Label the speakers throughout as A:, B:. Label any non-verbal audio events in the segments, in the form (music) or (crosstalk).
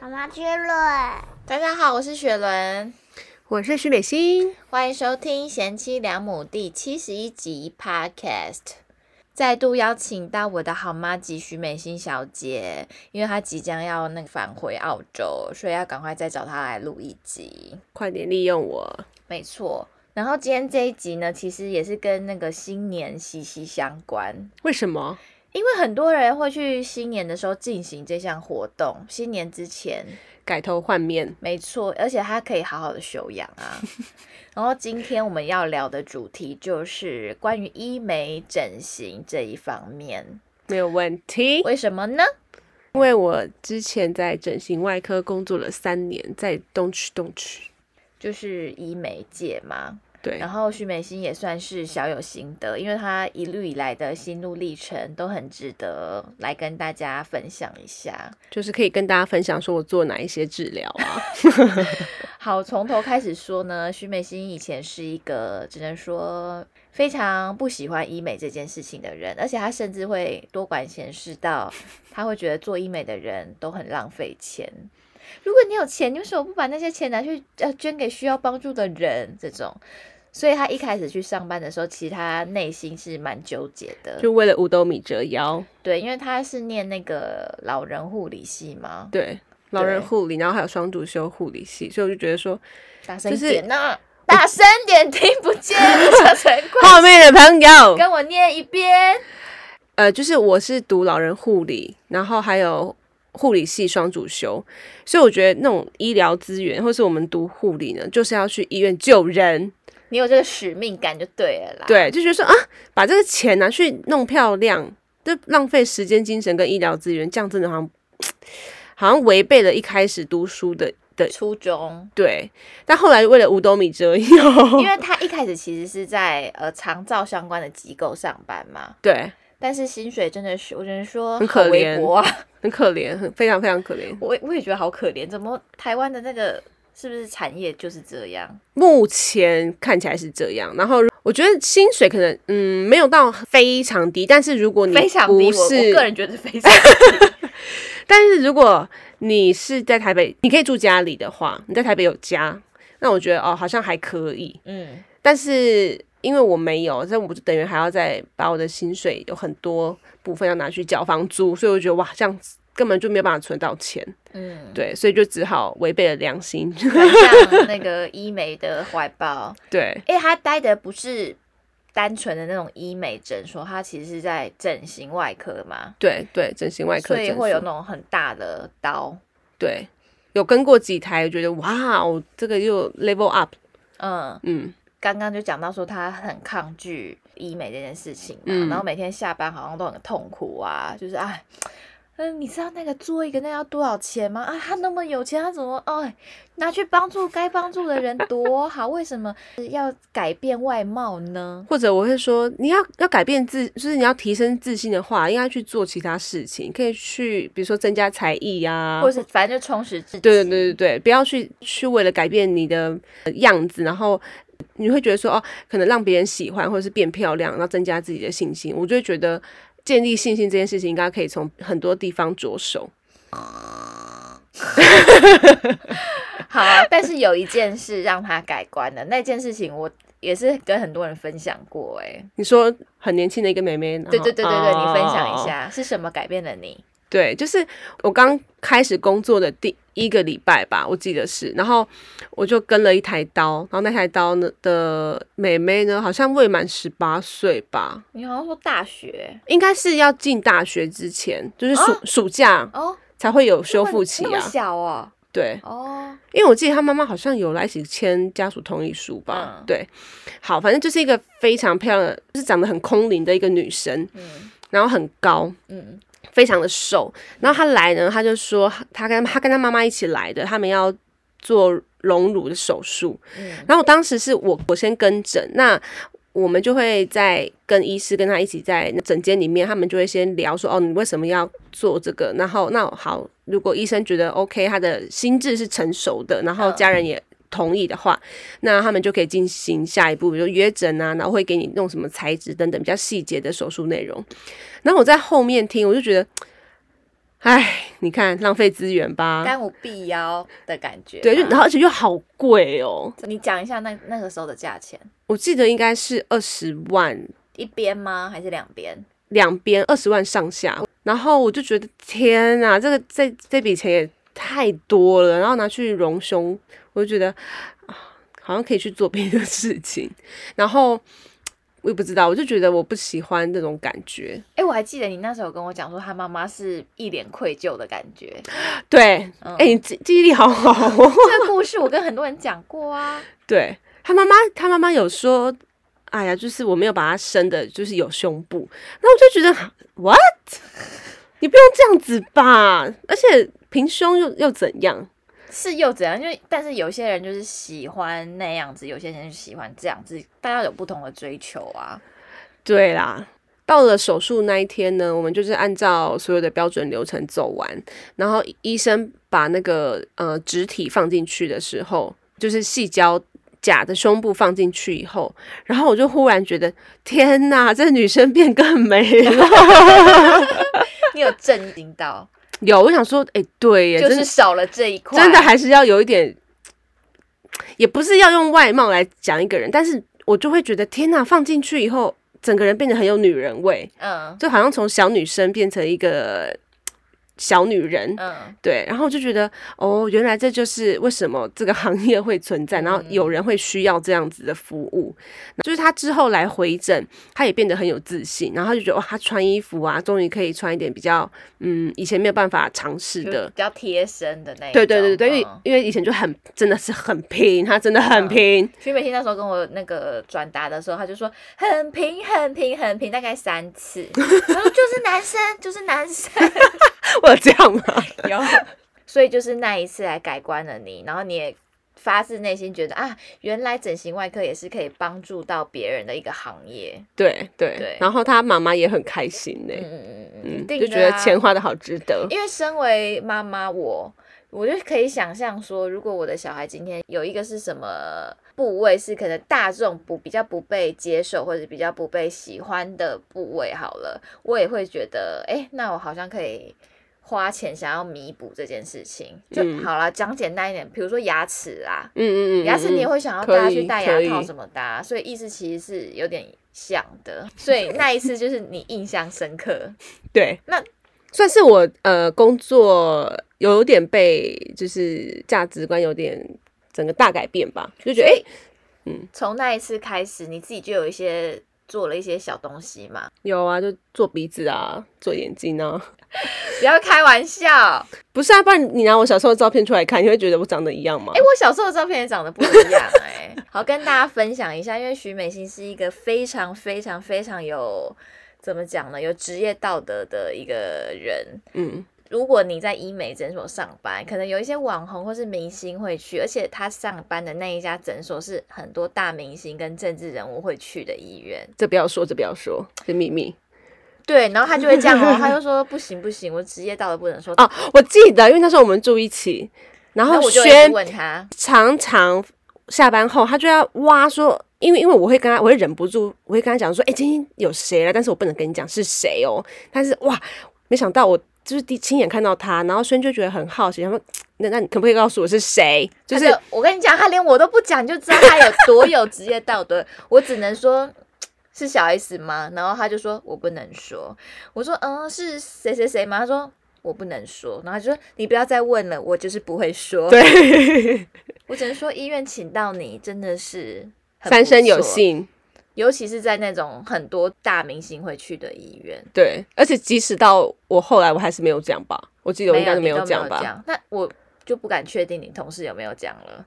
A: 马杰伦，
B: 大家好，我是雪伦，
C: 我是徐美心，
B: 欢迎收听《贤妻良母》第七十一集 Podcast。再度邀请到我的好妈吉徐美心小姐，因为她即将要那个返回澳洲，所以要赶快再找她来录一集。
C: 快点利用我。
B: 没错，然后今天这一集呢，其实也是跟那个新年息息相关，
C: 为什么？
B: 因为很多人会去新年的时候进行这项活动，新年之前。
C: 改头换面，
B: 没错，而且他可以好好的休养啊。然后今天我们要聊的主题就是关于医美整形这一方面，
C: 没有问题。
B: 为什么呢？
C: 因为我之前在整形外科工作了三年，在东区东区。
B: 就是医美界嘛。
C: 对
B: 然，后徐美心也算是小有心得，因为她一路以来的心路历程都很值得来跟大家分享一下。
C: 就是可以跟大家分享说我做哪一些治疗啊。 (laughs)
B: 好，从头开始说呢，徐美心以前是一个只能说非常不喜欢医美这件事情的人，而且她甚至会多管闲事
C: (laughs)
B: 到，她会觉得做医美的人都很浪费钱。如果你有钱，你为什么不把那些钱拿去呃捐给需要帮助的人？这种，所以她一开始去上班的时候，其实她内心是蛮纠结的。
C: 就为了五斗米折腰，
B: 对，因为她是念那个老人护理系嘛，
C: 对，老人护理，然后还有双主修护理系，所以我就觉得 (laughs) 说，
B: 大声一
C: 就是
B: 点呐、大声点，听不
C: (laughs)
B: 见，扯成怪。
C: 后面的朋
B: (laughs)
C: 友，
B: 跟我念一遍。
C: 呃，就是我是读老人护理，然后还有护理系双主修，所以我觉得那种医疗资源，或是我们读护理呢，就是要去医院救人，
B: 你有这个使命感就对了啦。，
C: 对，就觉得说啊，把这个钱拿去弄漂亮，就浪费时间、精神跟医疗资源，这样真的好像好像违背了一开始读书的的
B: 初衷，
C: 对，但后来为了五斗米折腰
B: 因，为他一开始其实是在呃长照相关的机构上班嘛，
C: 对，
B: 但是薪水真的是，我只能说
C: 很可
B: 好微
C: 怜
B: 薄啊。 (laughs)
C: 很可怜，很非常非常可怜。
B: 我也我也觉得好可怜，怎么台湾的那个是不是产业就是这样？
C: 目前看起来是这样，然后如我觉得薪水可能嗯没有到非常低，但是如果你
B: 非常低，
C: 嗯不
B: 我我
C: 是，
B: 个人觉得非
C: (laughs)
B: 常
C: 但是如果你是在台北，你可以住家里的话，你在台北有家，那我觉得哦好像还可以，
B: 嗯，
C: 但是因为我没有，所以我就等于还要再把我的薪水有很多部分要拿去缴房租，所以我觉得哇，这样子根本就没有办法存到钱，
B: 嗯，
C: 对，所以就只好违背了良心， (laughs)
B: 很像那个医美的怀抱。 (laughs)
C: 对
B: 哎、他待的不是单纯的那种医美诊所，他其实是在整形外科嘛，
C: 对对，整形外科
B: 所
C: 诊
B: 以
C: 所，
B: 会有那种很大的刀。
C: 对，有跟过几台，觉得哇哦，这个又 level up，
B: 嗯，
C: 嗯，
B: 刚刚就讲到说他很抗拒医美这件事情嘛，
C: 嗯
B: 然后每天下班好像都很痛苦啊，就是哎。嗯，你知道那个做一个那要多少钱吗？啊，他那么有钱，他怎么哎拿去帮助该帮助的人多好？为什么要改变外貌呢？
C: 或者我会说，你要要改变自，就是你要提升自信的话，应该去做其他事情，可以去比如说增加才艺啊，
B: 或者是反正就充实自己。
C: 对对对对对，不要去去为了改变你的呃样子，然后你会觉得说哦，可能让别人喜欢，或者是变漂亮，然后增加自己的信心。我就会觉得建立信心这件事情，应该可以从很多地方着手。
B: 好、啊，但是有一件事让他改观的，那件事情我也是跟很多人分享过、欸。
C: 你说很年轻的一个妹妹，然后
B: 对对对对对，你分享
C: 哦
B: 一下是什么改变了你？
C: 对，就是我刚开始工作的第一个礼拜吧，我记得是，然后我就跟了一台刀，然后那台刀呢的妹妹呢，好像未满十八岁吧，
B: 你好像说大学
C: 应该是要进大学之前，就是暑、
B: 啊
C: 暑假
B: 哦，
C: 才会有 (laughs) 修复期
B: 那么那
C: 啊
B: 么。小哦，
C: 对，
B: 哦，
C: 因为我记得他妈妈好像有来一起签家属同意书吧。
B: 嗯
C: 对，好，反正就是一个非常漂亮的，就是长得很空灵的一个女生，
B: 嗯
C: 然后很高，
B: 嗯
C: 非常的瘦。然后她来呢，她就说她跟她跟她妈妈一起来的，他们要做隆乳的手术。
B: 嗯
C: 然后当时是我我先跟诊，那我们就会在跟医师跟他一起在诊间里面，他们就会先聊说哦，你为什么要做这个？然后那好，如果医生觉得 OK，他的心智是成熟的，然后
B: 嗯
C: 家人也。同意的话，那他们就可以进行下一步，比如说约诊啊，然后会给你弄什么材质等等比较细节的手术内容。然后我在后面听，我就觉得，唉，你看浪费资源吧。
B: 但无必要的感觉。
C: 啊
B: 啊
C: 对，就然后而且又好贵哦，
B: 你讲一下那那个时候的价钱，
C: 我记得应该是二十万
B: 一边吗？还是两边？
C: 两边二十万上下，然后我就觉得天呐，这个这这笔钱也太多了，然后拿去隆胸，我就觉得啊好像可以去做别的事情，然后我也不知道，我就觉得我不喜欢那种感觉，
B: 哎、我还记得你那时候跟我讲说，他妈妈是一脸愧疚的感觉。
C: 对，
B: 嗯，
C: 哎、 (laughs) 你记记忆力好好哦，
B: 这个故事我跟很多人讲过啊。
C: 对他妈妈，他妈妈有说。哎呀，就是我没有把他生的，就是有胸部，那我就觉得 what，你不用这样子吧，而且平胸又又怎样？
B: 是又怎样？因为但是有些人就是喜欢那样子，有些人就喜欢这样子，大家有不同的追求啊。
C: 对啦，到了手术那一天呢，我们就是按照所有的标准流程走完，然后医生把那个呃植体放进去的时候，就是细胶。假的胸部放进去以后，然后我就忽然觉得，天哪，这女生变更美了。
B: 你有震惊到，
C: 有，我想说，哎、对耶，
B: 就是少了这一块，
C: 真的真的还是要有一点，也不是要用外貌来讲一个人，但是我就会觉得，天哪，放进去以后，整个人变得很有女人味。
B: 嗯
C: 就好像从小女生变成一个小女人。
B: 嗯，
C: 对，然后我就觉得哦，原来这就是为什么这个行业会存在，然后
B: 嗯
C: 有人会需要这样子的服务。就是他之后来回诊，他也变得很有自信，然后他就觉得哇，他穿衣服啊，终于可以穿一点比较嗯，以前没有办法尝试
B: 就
C: 的
B: 比。较贴身的那一种。
C: 对对对对，因为
B: 嗯
C: 因为以前就很真的是很拼，他真的很
B: 嗯
C: 拼， (laughs)
B: 徐美欣那时候跟我那个转达的时候，她就说很平很平很平，大概三次。 (laughs) 我说就是男生，就是男生。 (laughs)
C: 我有这样吗？
B: 有，所以就是那一次来改观了你，然后你也发自内心觉得啊，原来整形外科也是可以帮助到别人的一个行业。
C: 对对
B: (laughs) 对
C: 然后他妈妈也很开心呢、
B: 嗯嗯嗯嗯，一
C: 嗯，
B: 定
C: 就
B: 的
C: 觉得
B: 啊
C: 钱花的好值得。
B: 因为身为妈妈，我我就可以想象说，如果我的小孩今天有一个是什么部位是可能大众不比较不被接受或者比较不被喜欢的部位，好了，我也会觉得，哎、那我好像可以。花钱想要弥补这件事情就
C: 嗯
B: 好了，讲简单一点，比如说牙齿啊，
C: 嗯嗯嗯，
B: 牙齿你也
C: 嗯
B: 会想要
C: 可
B: 大家去
C: 以
B: 戴
C: 可
B: 牙
C: 以
B: 套什么的、啊，所以意思其实是有点像的，所以那一次就是你印象深刻，
C: 对，
B: 那
C: 算是我呃工作有点被就是价值观有点整个大改变吧，就觉得哎、诶
B: 从那一次开始，你自己就有一些做了一些小东西嘛，
C: 有啊，就做鼻子啊，做眼睛啊，
B: 不要开玩笑。
C: 不是啊，不然你拿我小时候的照片出来看，你会觉得我长得一样吗？
B: 哎、我小时候的照片也长得不一样哎、好跟大家分享一下，因为徐美心是一个非常非常非常有怎么讲呢，有职业道德的一个人。
C: 嗯，
B: 如果你在医美诊所上班，可能有一些网红或是明星会去，而且他上班的那一家诊所是很多大明星跟政治人物会去的医院。
C: 这不要说，这不要说，这秘密
B: 对，然后他就会这样哦，他就说不行不行，我职业道德不能说。
C: 哦。我记得，因为那时候我们住一起，然
B: 那
C: 后
B: 我就会
C: 轩
B: 问他，
C: 常常下班后，他就要挖说，因为因为我会跟他，我会忍不住，我会跟他讲说，哎、今天有谁了？但是我不能跟你讲是谁哦。但是哇，没想到我就是第亲眼看到他，然后轩就觉得很好奇，他说，那那你可不可以告诉我是谁？就
B: 他
C: 是
B: 我跟你讲，他连我都不讲，你就知道他有多有职业道德。我只能说。是小 S 吗？然后他就说，我不能说。我说，嗯，是谁谁谁吗？他说，我不能说。然后他就说，你不要再问了，我就是不会说。 (laughs)
C: 对，
B: 我只能说，医院请到你真的是很
C: 三生有
B: 不错，
C: 幸，
B: 尤其是在那种很多大明星会去的医院。
C: 对，而且即使到我后来，我还是没有讲吧。我记得我应该是
B: 没
C: 没
B: 有你
C: 有
B: 都没有
C: 讲吧，
B: 那我就不敢确定你同事有没有讲了。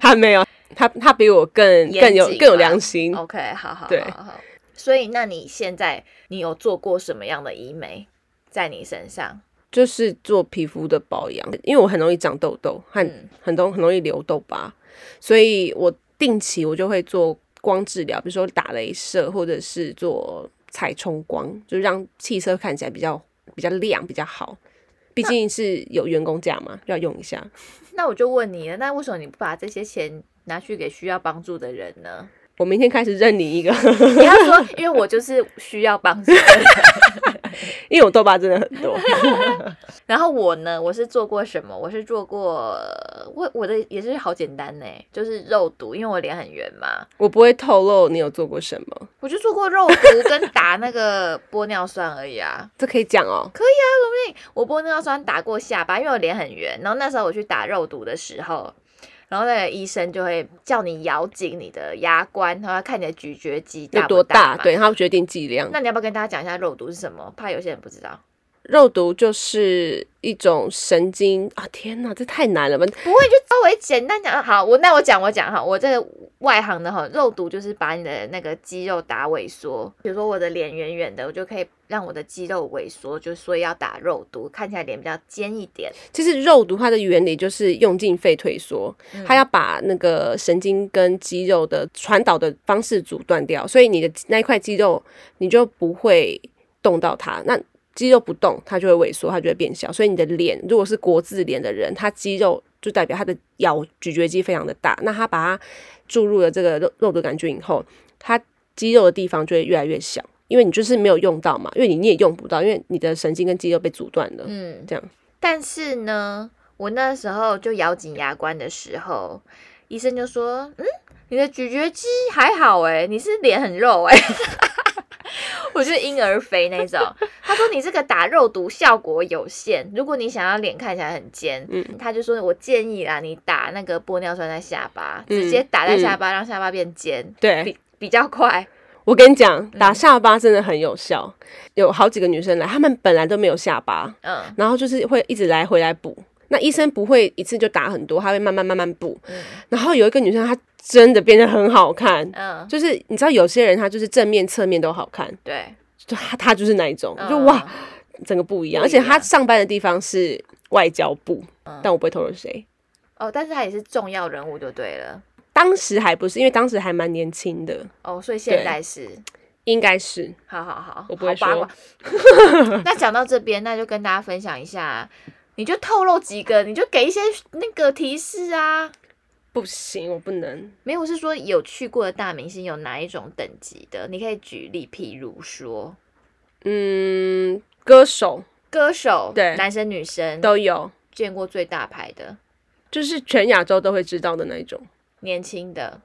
C: 他没有，他他比我更
B: 严
C: (laughs) 更有
B: 谨
C: 更有
B: 吧
C: 良心。
B: OK，好好
C: 对
B: 好好。所以，那你现在你有做过什么样的医美在你身上？
C: 就是做皮肤的保养，因为我很容易长痘痘，很、
B: 嗯
C: 很容很容易留痘疤，所以我定期我就会做光治疗，比如说打镭射或者是做彩冲光，就让气色看起来比较比较亮比较好。毕竟是有员工价嘛，要用一下。
B: 那我就问你了，那为什么你不把这些钱拿去给需要帮助的人呢？ (laughs)
C: 我明天开始认你一个，
B: 你要说，因为我就是需要帮助的人。
C: 因为我痘疤真的很
B: (laughs)
C: 多。
B: 然后我呢，我是做过什么？我是做过我我的也是好简单呢、就是肉毒，因为我脸很圆嘛，
C: 我不会透露你有做过什么，
B: 我就做过肉毒跟打那个玻尿酸而已啊。
C: 这可以讲哦。
B: 我玻尿酸打过下巴，因为我脸很圆。然后那时候我去打肉毒的时候，然后那个医生就会叫你咬紧你的牙关，他要看你的咀嚼肌大
C: 有
B: 不
C: 多
B: 大
C: 大？
B: 嘛。
C: 对，他会决定剂量。
B: 那你要不要跟大家讲一下肉毒是什么？怕有些人不知道。
C: 肉毒就是一种神经啊！天哪，这太难了吧？
B: 不会，就稍微简单讲。好，我那我讲，我讲哈，我这个外行的哈，肉毒就是把你的那个肌肉打萎缩。比如说我的脸圆圆的，我就可以让我的肌肉萎缩，就所以要打肉毒，看起来脸比较尖一点。
C: 其实肉毒它的原理就是用进肺退缩，
B: 嗯
C: 它要把那个神经跟肌肉的传导的方式阻断掉，所以你的那一块肌肉你就不会动到它。那肌肉不动，它就会萎缩，它就会变小。所以你的脸如果是国字脸的人，他肌肉就代表他的咬咀嚼肌非常的大。那他把它注入了这个肉肉毒杆菌以后，它肌肉的地方就会越来越小，因为你就是没有用到嘛，因为你你也用不到，因为你的神经跟肌肉被阻断了。
B: 嗯，
C: 这样。
B: 但是呢，我那时候就咬紧牙关的时候，医生就说：“嗯，你的咀嚼肌还好诶、你是脸很肉诶、 (laughs) 我就是婴儿肥那种，他说你这个打肉毒效果有限，如果你想要脸看起来很尖，
C: 嗯
B: 他就说我建议啦，你打那个玻尿酸在下巴，
C: 嗯
B: 直接打在下巴，让下巴变尖，
C: 对，
B: 比比较快。
C: 我跟你讲，
B: 嗯
C: 打下巴真的很有效。有好几个女生来，她们本来都没有下巴，
B: 嗯
C: 然后就是会一直来回来补。那医生不会一次就打很多，他会慢慢慢慢补。
B: 嗯
C: 然后有一个女生，她真的变得很好看，
B: 嗯，
C: 就是你知道有些人她就是正面、侧面都好看，
B: 对，
C: 就她她就是那一种，就
B: 嗯
C: 哇，，整个不一样。
B: 不
C: 而
B: 一样嗯
C: 且她上班的地方是外交部，但我不会透露谁。
B: 哦，但是他也是重要人物就对了。
C: 当时还不是，因为当时还蛮年轻的，
B: 哦，所以现
C: 对
B: 在是，
C: 应该是
B: 好好好，
C: 我不会
B: 好八
C: 说
B: 卦。 (laughs) 那讲到这边，那就跟大家分享一下，你就透露几个，你就给一些那个提示啊。
C: 不行，我不能。
B: 没有，是说有去过的大明星有哪一种等级的？你可以举例，譬如说
C: 嗯，歌手
B: 歌手，
C: 对
B: 男生女生
C: 都有，
B: 见过最大牌的，
C: 就是全亚洲都会知道的那一种。
B: 年轻的、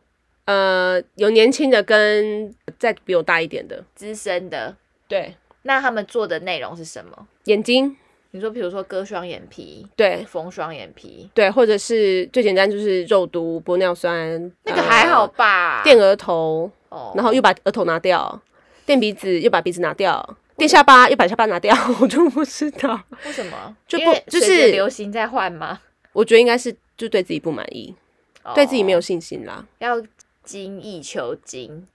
C: 呃，有年轻的跟再比我大一点的，
B: 资深的，
C: 对，
B: 那他们做的内容是什么？
C: 眼睛，
B: 你说，比如说割双眼皮、
C: 对
B: 缝双眼皮，
C: 对，或者是最简单就是肉毒、玻尿酸，
B: 那个还好
C: 呃
B: 吧？
C: 垫额头，
B: 哦，
C: 然后又把额头拿掉，垫鼻子又把鼻子拿掉，垫下巴又把下巴拿掉， (laughs) 我就不知道，
B: 为什么？
C: 就
B: 因
C: 不
B: 为
C: 就
B: 随着
C: 是
B: 流行在换吗？
C: 我觉得应该是就对自己不满意， (laughs) 对自己没有
B: 哦
C: 信心啦，
B: 要精益求精。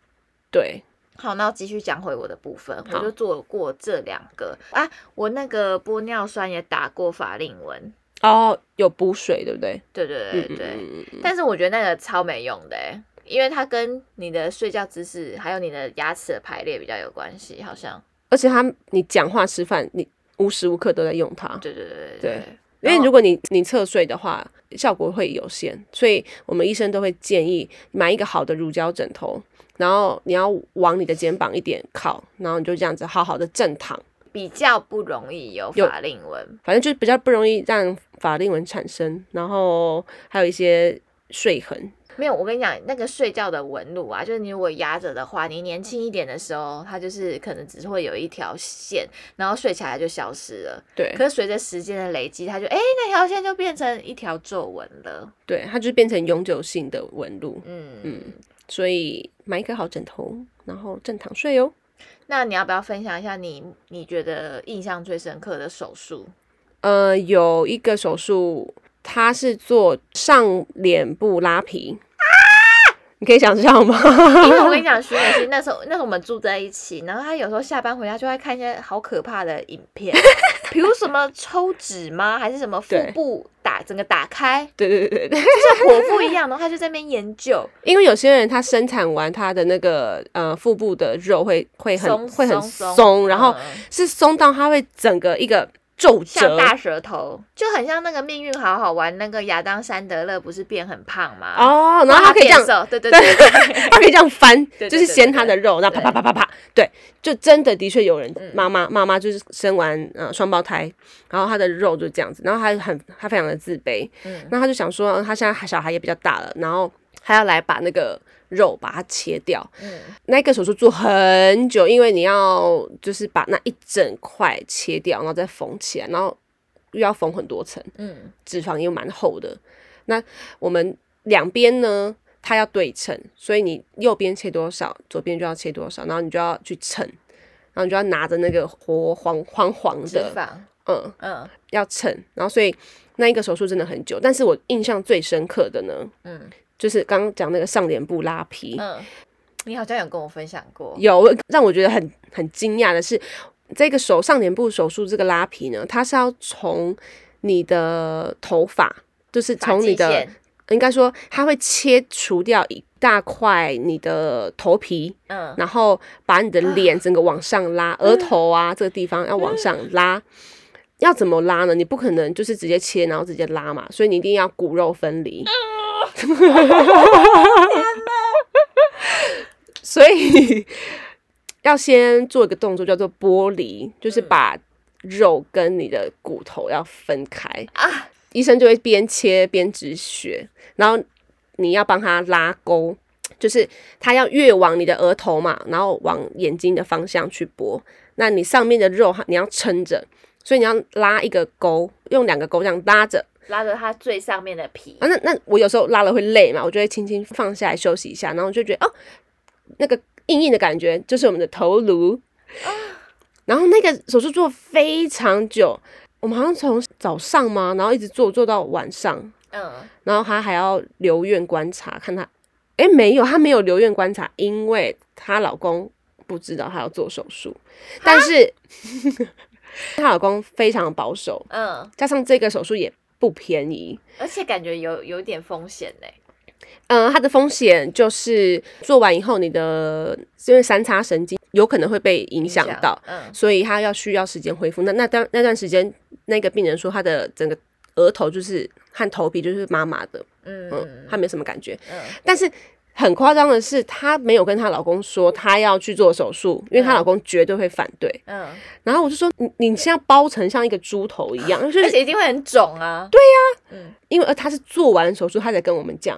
C: 对，
B: 好，那我继续讲回我的部分，我
C: 好
B: 就做过这两个啊，我那个玻尿酸也打过法令纹，
C: 哦，有补水对不对？
B: 对对
C: 嗯
B: 对对，
C: 嗯嗯嗯嗯
B: 但是我觉得那个超没用的、欸，因为它跟你的睡觉姿势还有你的牙齿的排列比较有关系，好像，
C: 而且他你讲话吃饭，你无时无刻都在用它，
B: 对对对对
C: 对
B: 对，
C: 因为如果你你侧睡的话，效果会有限，所以我们医生都会建议买一个好的乳胶枕头，然后你要往你的肩膀一点靠，然后你就这样子好好的正躺，
B: 比较不容易有
C: 有
B: 法令纹，
C: 反正就是比较不容易让法令纹产生，然后还有一些睡痕。
B: 没有，我跟你讲，那个睡觉的纹路啊，就是你如果压着的话，你年轻一点的时候，它就是可能只是会有一条线，然后睡起来就消失了。
C: 对
B: 可是随着时间的累积，它就哎、那条线就变成一条皱纹了。
C: 对，它就是变成永久性的纹路，
B: 嗯
C: 嗯所以买一个好枕头，然后正躺睡哦。
B: 那你要不要分享一下你你觉得印象最深刻的手
C: (laughs)
B: 术？
C: 呃，有一个手术，它是做上脸部拉皮。你可以想象吗？ (laughs)
B: 因为我跟你讲，徐美欣那时候那时候我们住在一起，然后她有时候下班回家就会看一些好可怕的影
C: (laughs)
B: 片，比如什么抽脂吗，还是什么腹
C: 对
B: 部打整个打开。
C: 对对对对 (laughs) 对，
B: 就像 (laughs) 果腹一样，然后他就在那边研究，
C: 因为有些人他生产完他的那个呃腹部的肉会会很
B: 松
C: 会很
B: 松松
C: 松，然后
B: 嗯
C: 是松到他会整个一个皱
B: 像
C: 褶。
B: 大舌头，就很像那个《命运好好玩》那个亚当·山德勒不是变很胖吗？，
C: 哦，然后他可以这样
B: 变，瘦，对对
C: 对
B: 对对，
C: (laughs) 他可以这样翻，
B: (laughs) 对对
C: 就是
B: 对
C: 掀
B: 对
C: 他的肉，然后啪啪啪啪啪，对，就真的的确有人
B: 嗯
C: 妈妈妈妈就是生完呃双胞胎，然后她的肉就这样子，然后她很她非常的自卑，
B: 嗯
C: 那她就想说，嗯她现在小孩也比较大了，然后她要来把那个肉把它切掉，
B: 嗯
C: 那个手术做很久，因为你要就是把那一整块切掉，然后再缝起来，然后又要缝很多层。
B: 嗯
C: 脂肪又蛮厚的。那我们两边呢，它要对称，所以你右边切多少，左边就要切多少，然后你就要去称，然后你就要拿着那个活黄黄黄
B: 脂
C: 的，
B: 肪，
C: 嗯，
B: 嗯
C: 要称。然后所以那一个手术真的很久，但是我印象最深刻的呢，
B: 嗯
C: 就是刚刚讲那个上脸部拉皮，
B: 嗯，你好像有跟我分享过，
C: 有让我觉得很很惊讶的是，这个手上脸部手术这个拉皮呢，它是要从你的头发，就是
B: 发
C: 从
B: 际
C: 你的
B: 线
C: 应该说，它会切除掉一大块你的头皮，
B: 嗯
C: 然后把你的
B: (laughs)
C: 脸整个往上拉，额头啊这个地方要往上拉。要怎么拉呢？你不可能就是直接切，然后直接拉嘛，所以你一定要骨肉分离。
B: 嗯
C: (laughs) 所以要先做一个动作叫做剥离，就是
B: 嗯
C: 把肉跟你的骨头要分开。
B: 啊，
C: 医生就会边切边止血，然后你要帮他拉钩，就是他要越往你的额头嘛，然后往眼睛的方向去拨。那你上面的肉你要撑着，所以你要拉一个钩，用两个钩这样拉着。
B: 拉着它最上面的皮
C: 啊，，那那我有时候拉了会累嘛，我就会轻轻放下来休息一下，然后我就觉得哦，那个硬硬的感觉就是我们的头颅。然后那个手术做非常久，我们好像从早上嘛，然后一直做做到晚上，
B: 嗯
C: 然后他还要留院观察，看他，诶，没有，他没有留院观察，因为她老公不知道她要做手术，但是 (laughs) 她老公非常保守，
B: 嗯，
C: 加上这个手术也不便宜，
B: 而且感觉有有点风险呢，
C: 嗯、它的风险就是做完以后，你的因为三叉神经有可能会被影响到，，
B: 嗯
C: 所以他要需要时间恢复。那那段那段时间，那个病人说他的整个额头就是和头皮就是麻麻的，
B: 嗯
C: 嗯，
B: 嗯
C: 他没什么感觉。
B: 嗯
C: 但是很夸张的是，她没有跟她老公说她要去做手术，因为她
B: 嗯
C: 老公绝对会反对。
B: 嗯，
C: 然后我就说，你你现在包成像一个猪
B: (laughs)
C: 头一样，就
B: 而
C: 是
B: 且一定会很肿啊，对呀，嗯
C: 因为呃她是做完手术，她才跟我们讲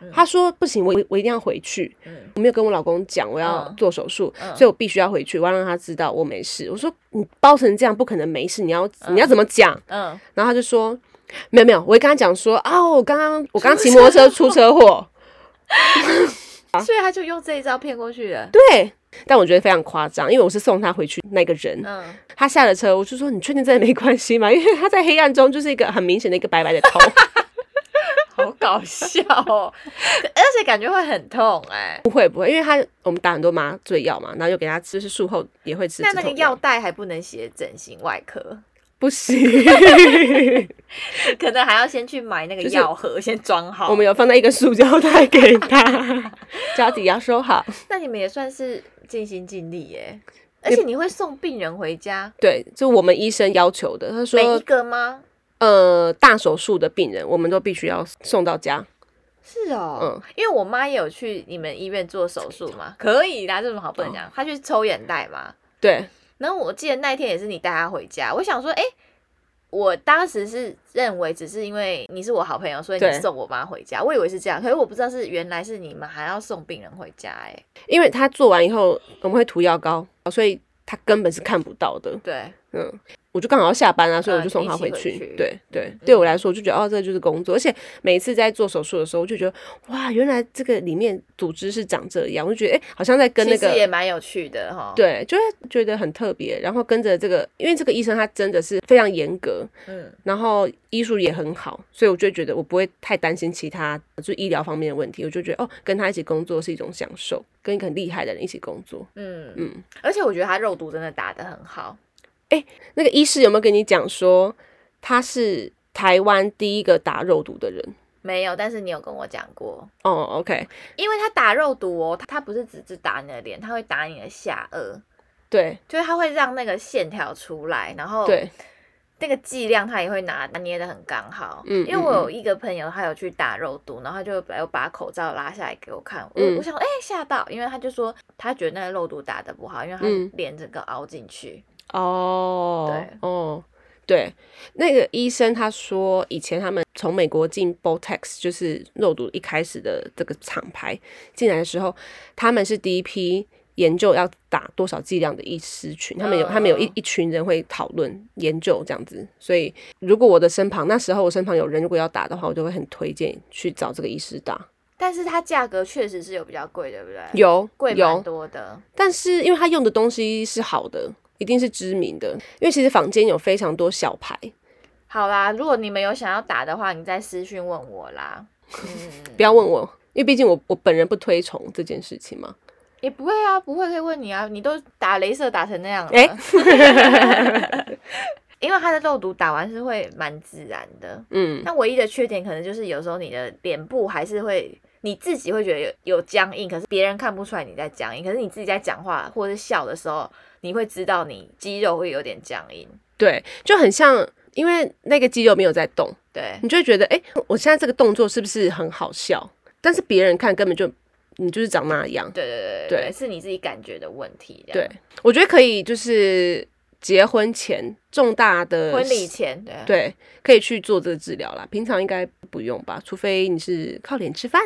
B: 嗯。
C: 她说不行，我我一定要回去。
B: 嗯
C: 我没有跟我老公讲我要
B: 嗯
C: 做手术，
B: 嗯
C: 所以我必须要回去，我要让他知道我没事。我说你包成这样不可能没事，你要你要怎么讲？
B: 嗯，
C: 然后他就说没有没有，我会跟他讲说哦，我刚刚
B: (laughs)
C: 我刚骑摩托车出车祸，啊
B: 所以他就用这一招骗过去了，
C: 对，但我觉得非常夸张，因为我是送他回去那个人，
B: 嗯，
C: 他下了车，我就说你确定真的没关系吗？因 (laughs) 为他在黑暗中就是一个很明显的一个白白的
B: (laughs)
C: 头，
B: 好搞笑哦， (laughs) 而且感觉会很痛哎，
C: 不会不会，因为他我们打很多麻醉药嘛，然后又给他吃，就是术后也会吃止
B: 那
C: 痛。
B: 那个药袋还不能写整形外科，(laughs)
C: 不行，
B: 可能还要先去买那个
C: 就是
B: 药盒，先装好。
C: 我们有放在一个塑胶袋给
B: (laughs)
C: 他，脚底要收好。
B: 那你们也算是尽心尽力耶，而且你会送病人回家，
C: 对，就我们医生要求的，他
B: 每一
C: 说
B: 个吗？
C: 呃大手术的病人，我们都必须要送到家。
B: 是哦，因为我妈也有去你们医院做手术嘛，可以啦，这种好不能讲。她去抽眼袋嘛，
C: 对，
B: 然后我记得那一天也是你带她回家，我想说，哎、我当时是认为只是因为你是我好朋友，所以你
C: 对
B: 送我妈回家，我以为是这样，可是我不知道是原来是你们还要送病人回家、哎，
C: 因为他做完以后我们会涂药膏，所以他根本是看不到的。
B: 对，
C: 嗯，我就刚好要下班啊，所以我
B: 嗯
C: 就送
B: 一
C: 他
B: 起
C: 回
B: 回
C: 去。
B: 去
C: 对对
B: 嗯，
C: 对我来说，我就觉得哦，这就是工作。而且每次在做手术的时候，我就觉得哇，原来这个里面组织是长这样，我就觉得哎、好像在跟那
B: 其实也
C: 个。
B: 蛮有趣的哈。，
C: 对，就会觉得很特别，然后跟着这个，因为这个医生他真的是非常严格，
B: 嗯。
C: 然后医术也很好，所以我就觉得我不会太担心其他就医疗方面的问题，我就觉得哦，跟他一起工作是一种享受，跟一个很厉害的人一起工作。
B: 嗯
C: 嗯
B: 嗯，而且我觉得他肉毒真的打得很好，
C: 那个医师有没有跟你讲说他是台湾第一个打肉毒的人？
B: 没有，但是你有跟我讲过，
C: 哦，OK，
B: 因为他打肉毒哦，他他不是只是打你的脸，他会打你的下颚，
C: 对
B: 就是他会让那个线条出来，然后
C: 对，
B: 那个剂量他也会拿拿捏的很刚好。
C: 嗯
B: 因为我
C: 嗯嗯
B: 有一个朋友，他有去打肉毒，然后他就把有把口罩拉下来给我看，我、
C: 嗯
B: 我想哎吓、到，因为他就说他觉得那个肉毒打的不好，因为他
C: 嗯
B: 脸整个凹进去。
C: 哦，
B: 对
C: 哦，对，那个医生他说，以前他们从美国进 Botox，就是肉毒一开始的这个厂牌进来的时候，他们是第一批研究要打多少剂量的医师群，他们有他们有一
B: 嗯
C: 一群人会讨论研究这样子，所以如果我的身旁那时候我身旁有人如果要打的话，我就会很推荐去找这个医师打，
B: 但是它价格确实是有比较贵，对不对？
C: 有
B: 贵蛮
C: 有，
B: 多的。
C: 但是因为他用的东西是好的。一定是知名的，因为其实坊间有非常多小牌，
B: 好啦，如果你们有想要打的话，你再私讯问我啦。嗯，
C: (laughs) 不要问我，因为毕竟我我本人不推崇这件事情嘛。
B: 也不会啊，不会可以问你啊，你都打镭射打成那样了。
C: 哎
B: (laughs)
C: (laughs)
B: 因为它的肉毒打完是会蛮自然的，
C: 嗯，
B: 那唯一的缺点可能就是有时候你的脸部还是会你自己会觉得有有僵硬，可是别人看不出来你在僵硬，可是你自己在讲话或者是笑的时候，你会知道你肌肉会有点僵硬。
C: 对，就很像，因为那个肌肉没有在动，
B: 对，
C: 你就会觉得，哎、我现在这个动作是不是很好笑？但是别人看根本就你就是长那样。
B: 对啊对对
C: 对
B: 是你自己感觉的问题。这
C: 对
B: 样，
C: 我觉得可以，就是结婚前重大的
B: 婚礼。前对啊
C: 对，可以去做这个治疗啦。平常应该不用吧，除非你是靠脸吃饭。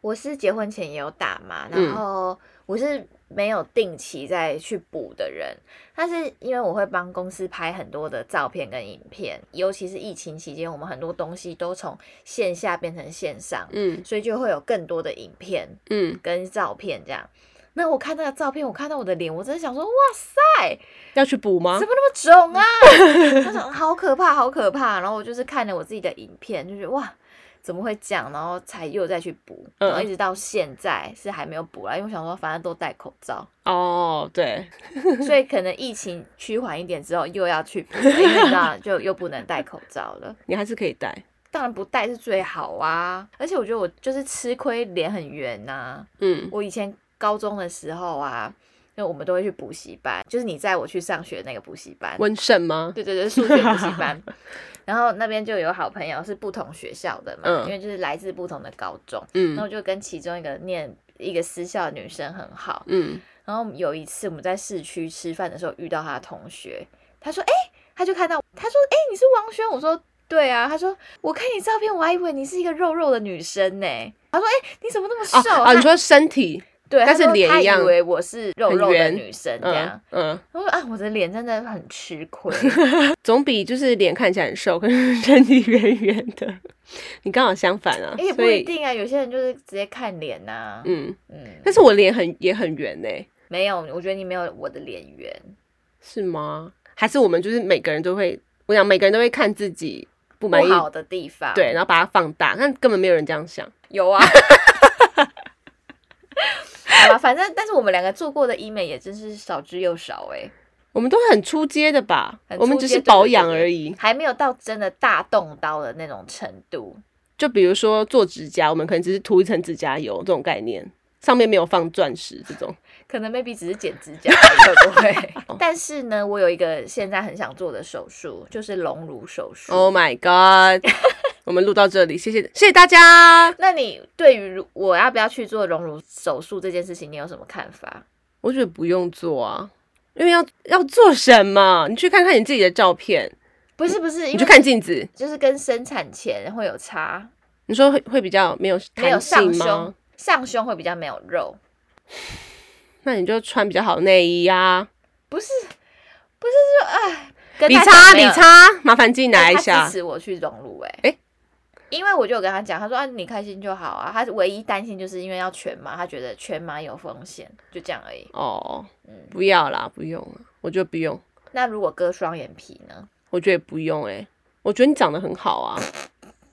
B: 我是结婚前也有打嘛，
C: 嗯
B: 然后我是没有定期再去补的人，但是因为我会帮公司拍很多的照片跟影片，尤其是疫情期间，我们很多东西都从线下变成线上，
C: 嗯
B: 所以就会有更多的影片
C: 嗯，
B: 跟照片这样。那我看那个照片，我看到我的脸，我真的想说，哇塞，
C: 要去补吗
B: 怎么？那么肿啊？
C: 嗯
B: 那种好可怕，好可怕。然后我就是看了我自己的影片，就觉得哇，怎么会这样？然后才又再去补，
C: 嗯
B: 然后一直到现在是还没有补啦，因为我想说反正都戴口罩， (laughs)
C: 哦，对，
B: 所以可能疫情趋缓一点之后又要去补了，因为你知
C: (laughs)
B: 道就又不能戴口罩了。
C: 你还是可以戴。
B: 当然不戴是最好啊，而且我觉得我就是吃亏，脸很圆啊呐、
C: 嗯
B: 我以前高中的时候啊，因为我们都会去补习班，就是你载我去上学那个补习班，
C: 温肾吗？
B: 对对对，数学补习
C: (laughs)
B: 班。然后那边就有好朋友是不同学校的嘛，
C: 嗯
B: 因为就是来自不同的高中，
C: 嗯
B: 然后就跟其中一个念一个私校的女生很好。
C: 嗯，
B: 然后有一次我们在市区吃饭的时候遇到她的同学，她说：“哎、她就看到，她说：‘哎、你是王轩？’我说。”对啊，她说我看你照片，我还以为你是一个肉肉的女生呢。她说：“哎、你怎么那么
C: 哦
B: 瘦？”
C: 哦，你说身
B: (laughs)
C: 体
B: 对，
C: 但
B: 她
C: 是
B: 说
C: 脸
B: 她
C: 一样
B: 以为我是肉
C: 很
B: 肉的
C: 圆
B: 女生这样。
C: 嗯嗯，
B: 我说啊，我的脸真的很吃
C: (laughs)
B: 亏。
C: 总比就是脸看起来很瘦，可是身体圆圆的， (laughs) 你刚好相反啊
B: 哎也，不
C: 所
B: 一
C: 以
B: 定啊，有些人就是直接看脸呐、
C: 嗯，
B: 嗯，
C: 但是我脸很也很圆呢、
B: 没有，我觉得你没有我的脸圆。
C: 是吗？还是我们就是每个人都会，我想每个人都会看自己不满意
B: 不，好的地方，
C: 对，，然后把它放大，但根本没有人这样想，
B: 有
C: (laughs)
B: 啊。好吧，反正但是我们两个做过的医美也真是少之又少哎、
C: 我们都很出街的吧，
B: 很
C: 我们
B: 出
C: 只
B: 街
C: 是
B: 对
C: 保
B: 对
C: 养
B: 对
C: 而已。
B: 还没有到真的大动刀的那种程度。
C: 就比如说做指甲，我们可能只是涂一层指甲油这种概念，上面没有放钻石这
B: (laughs)
C: 种。
B: 可能 maybe 只是剪指甲而已，会不会？但是呢，我有一个现在很想做的手术，就是隆乳手术。
C: (laughs) Oh my god！我们录到这里，谢谢谢谢大家。
B: 那你对于如我要不要去做隆乳手术这件事情，你有什么看法？
C: 我觉得不用做啊，因为要要做什么？你去看看你自己的照片，
B: 不是不是，因
C: 你
B: 为
C: 去看镜子，
B: 就是跟生产前会有差，
C: 你说会会比较没有
B: 没有
C: 弹
B: 上
C: 性吗
B: 胸？，上胸会比较没有肉。
C: 那你就穿比较好的内衣啊。
B: 不是，不是就哎，跟
C: 李
B: 他
C: 叉
B: 讲没
C: 李
B: 有
C: 叉，麻烦进来
B: 哎
C: 一
B: 他
C: 下
B: 支。持我去融入哎、
C: 哎
B: 因为我就有跟他讲，他说啊你开心就好啊，他唯一担心就是因为要全麻，他觉得全麻有风险，就这样而已。
C: 哦，
B: 嗯，
C: 不要啦，不用了，我觉得不用，
B: 那如果割双眼皮呢？
C: 我觉得不用哎、我觉得你长得很好啊。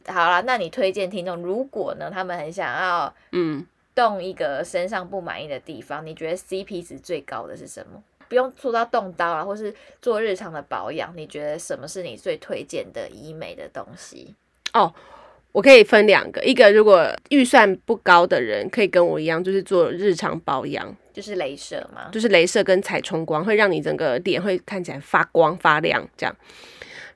B: 好啦，那你推荐听众，如果呢他们很想要
C: 嗯，
B: 动一个身上不满意的地方，你觉得 CP 值最高的是什么？不用做到动刀啊，或是做日常的保养，你觉得什么是你最推荐的医美的东西？
C: 我可以分两个，一个如果预算不高的人，可以跟我一样，就是做日常保养，
B: 就是镭射吗？
C: 就是镭射跟彩冲光，会让你整个脸会看起来发光发亮这样。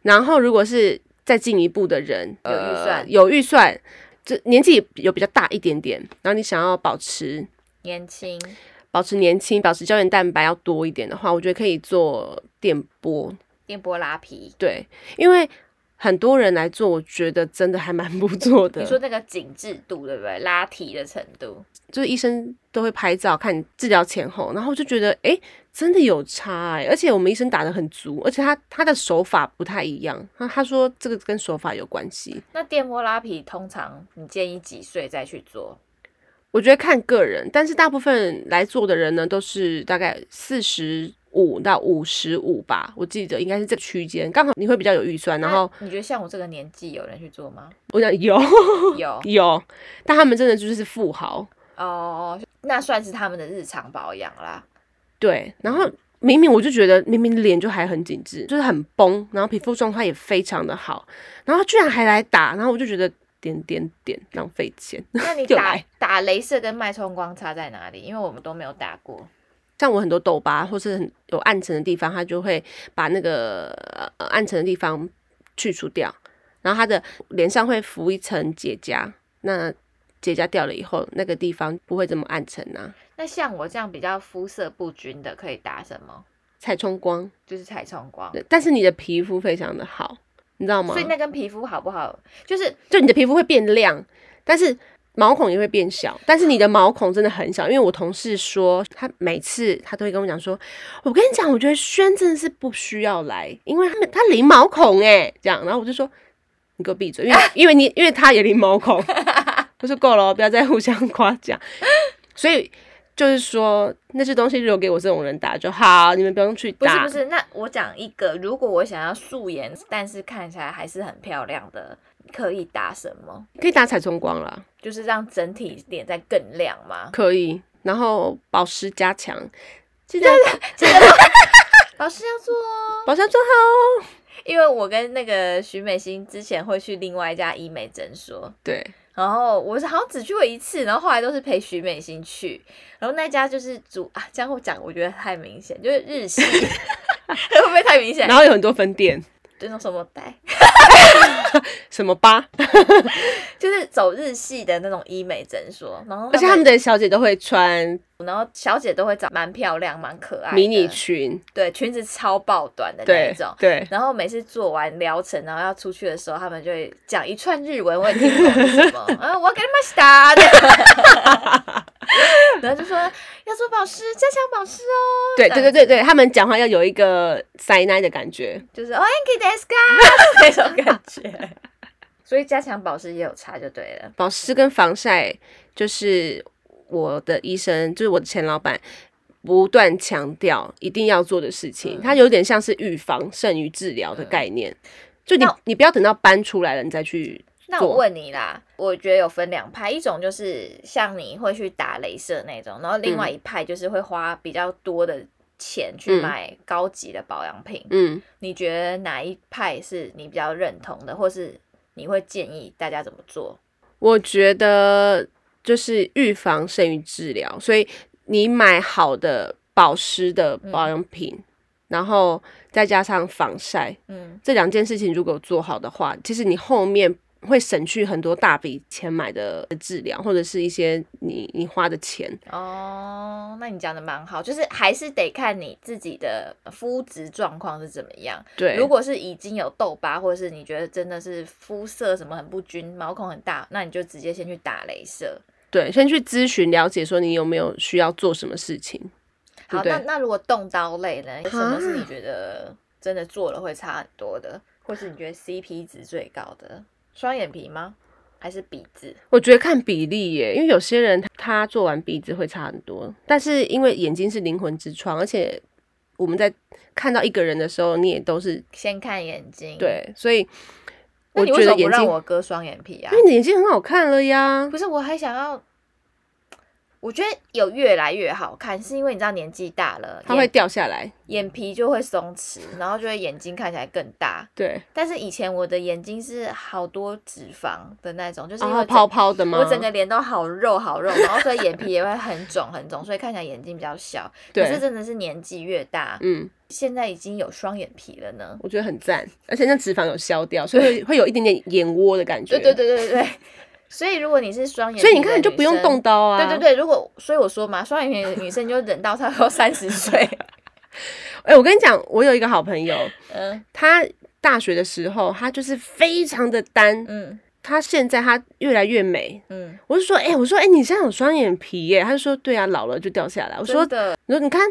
C: 然后如果是再进一步的人，
B: 有预
C: 呃
B: 嗯算
C: 有预算，这年纪有比较大一点点，然后你想要保持
B: 年轻
C: 保持年轻，保持胶原蛋白要多一点的话，我觉得可以做电波，
B: 电波拉皮。
C: 对，因为很多人来做，我觉得真的还蛮不错的
B: 你。说那个紧致度对不对？拉提的程度，
C: 就是医生都会拍照看你治疗前后，然后我就觉得诶，真的有差欸诶，而且我们医生打的很足，而且他他的手法不太一样，他他说这个跟手法有关系，
B: 那电波拉皮通常你建议几岁再去做？
C: 我觉得看个人，但是大部分来做的人呢都是大概四十。五到五十五吧，我记得应该是这个区间，刚好你会比较有预算，然后
B: 那你觉得像我这个年纪有人去做
C: (laughs)
B: 吗？
C: 我想有
B: 有
C: 有，但他们真的就是富豪，
B: 哦，那算是他们的日常保养
C: (laughs)
B: 啦。
C: 对，然
B: 嗯
C: 后明明我就觉得明明脸就还很紧致，就是很崩，然后皮肤状态也非常的好，然后居然还来打，然后我就觉得点点点浪费钱。 (laughs)
B: 那你
C: 又
B: 打
C: 来
B: 打镭射跟脉冲光差在哪里？因为我们都没有打过。
C: 像我很多痘疤或是很有暗沉的地方，它就会把那个呃暗沉的地方去除掉，然后它的脸上会浮一层结痂，那结痂掉了以后，那个地方不会这么暗沉啊。
B: 那像我这样比较肤色不均的，可以打什么？
C: 彩冲光，
B: 就是彩冲光。
C: 对但是你的皮肤非常的好，你知道吗？
B: 所以那跟皮肤好不好，就是
C: 就你的皮肤会变亮，但是毛孔也会变小，但是你的毛孔真的很小，因为我同事说，他每次他都会跟我讲说，我跟你讲，我觉得轩真的是不需要来，因为他们他零毛孔哎、这样，然后我就说你给我闭嘴，因为 (laughs) 因为你因为他也零毛孔，我说够了哦，不要再互相夸奖，所以。就是说，那些东西留给我这种人打就好，你们不用去
B: 不是
C: 打。
B: 不是？那我讲一个，如果我想要素颜，但是看起来还是很漂亮的，可以打什么？
C: 可以打彩冲光啦，
B: 就是让整体脸再更亮
C: (laughs)
B: 吗？ (laughs)
C: 可以。然后保湿加强，
B: (laughs)
C: 记得
B: 老师要做哦，
C: 保湿做好哦。
B: 因为我跟那个徐美心之前会去另外一家医美诊所，
C: 对，
B: 然后我是好像只去过一次，然后后来都是陪徐美心去，然后那家就是主啊，这样我讲我觉得太明显，就是日系， (laughs) 会不会太明显？
C: 然后有很多分店，
B: 就那种什么哎带，
C: 什么吧，
B: 就是走日系的那种医美诊所，然后
C: 而且他们的小姐都会穿
B: 然后小姐都会长蛮漂亮、蛮可爱的，
C: 迷你裙，
B: 对裙子超爆短的那
C: 对
B: 一种。
C: 对，
B: 然后每次做完疗程，然后要出去的时候，他们就会讲一串日文，我也听不懂是什么。啊，我要给你们打的， (laughs) 然后就说要做保湿，加强保湿哦，
C: 对
B: 这
C: 对
B: 样
C: 对对对，他们讲话要有一个塞奶的感觉，
B: 就是哦 a n k i deska 那种感觉。所以加强保湿也有差就对了。
C: 保湿跟防晒就是我的医生，就是我的前老板。不断强调一定要做的事情，
B: 嗯
C: 它有点像是预防胜于治疗的概念。就你
B: 那，
C: 你不要等到搬出来了，你再去
B: 那
C: 做
B: 我问你啦，我觉得有分两派，一种就是像你会去打镭射那种，然后另外一派就是会花比较多的钱去
C: 嗯
B: 买高级的保养品。
C: 嗯
B: 你觉得哪一派是你比较认同的，或是你会建议大家怎么做？
C: 我觉得就是预防胜于治疗，所以你买好的保湿的保养品，然后再加上防晒
B: 嗯，
C: 这两件事情，如果做好的话，其实你后面会省去很多大笔钱买的治疗，或者是一些你你花的钱。
B: 哦，那你讲的蛮好，就是还是得看你自己的肤质状况是怎么样。
C: 对，
B: 如果是已经有痘疤，或者是你觉得真的是肤色什么很不均、毛孔很大，那你就直接先去打镭射。
C: 对，先去咨询了解，说你有没有需要做什么事情。
B: 好，
C: 对
B: 那那如果动刀类呢？什么是你觉得真的做了会差很多的，或是你觉得 CP 值最高的？双眼皮吗？还是鼻子？
C: 我觉得看比例耶，因为有些人他他做完鼻子会差很多，但是因为眼睛是灵魂之窗，而且我们在看到一个人的时候，你也都是
B: 先看眼睛。，
C: 对，所以
B: 那
C: 我
B: 你
C: 觉
B: 为什
C: 得
B: 么不
C: 眼睛，
B: 让我割双眼皮啊
C: 因？为你的眼睛很好看了呀。
B: 不是，我还想要，我觉得有越来越好看，是因为你知道年纪大了，
C: 它会
B: 眼
C: 掉下来，
B: 眼皮就会松弛，然后就会眼睛看起来更大。
C: 对，
B: 但是以前我的眼睛是好多脂肪的那种，就是
C: 然
B: 因为
C: 后
B: 整
C: 哦啊泡泡的吗？
B: 我整个脸都好肉好肉，然后所以眼皮也会很肿很肿，所以看起来眼睛比较小。可
C: 对
B: 是真的是年纪越大，
C: 嗯，
B: 现在已经有双眼皮了呢？
C: 我觉得很赞，而且那脂肪有消掉，所以会有一点点眼窝的感觉。
B: 对对，对对对。 (laughs) 所以如果你是双眼皮，
C: 所以你看你就不用动。刀啊。
B: 对对对，如果所以我说嘛，双眼皮的女生你就忍到差不多三十
C: (laughs)
B: 岁。
C: 哎、我跟你讲，我有一个好朋友，
B: 嗯
C: 他大学的时候他就是非常的单，
B: 嗯
C: 他现在他越来越美。
B: 嗯，
C: 我就说，哎、我说，哎、你现在有双眼皮耶？他就说，对啊，老了就掉下来。我
B: 我
C: 说，
B: 的，
C: 你说你看，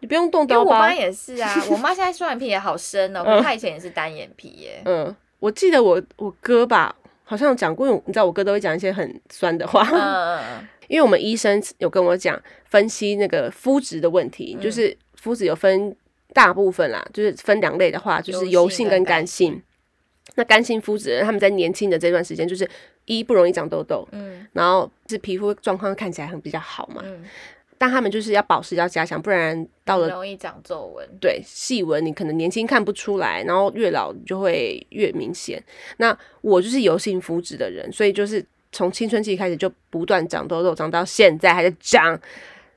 C: 你不用动
B: 因为
C: 刀
B: 我
C: 疤
B: 妈。也是啊，我妈现在双眼皮也好深
C: (laughs)
B: 哦，可是她以前也是单眼皮耶。
C: 嗯，我记得我我哥吧，好像有讲过，因为你知道我哥都会讲一些很酸的话，
B: 嗯嗯嗯
C: (laughs) 因为我们医生有跟我讲分析那个肤质的问
B: 嗯
C: 题，就是肤质有分大部分啦，就是分两类的话，就是油
B: 油
C: 性
B: 性
C: 跟
B: 跟
C: 干
B: 干
C: 性。那干性肤质的人，他们在年轻的这段时间，就是一不容易长痘痘，
B: 嗯
C: 然后是皮肤状况看起来很比较好嘛。
B: 嗯，
C: 但他们就是要保湿要加强，不然 (laughs) 到了
B: 很容易长皱纹。
C: 对细纹，你可能年轻看不出来，然后越老就会越明显。那我就是油性肤质的人，所以就是从青春期开始就不断长痘痘，长到现在还在长。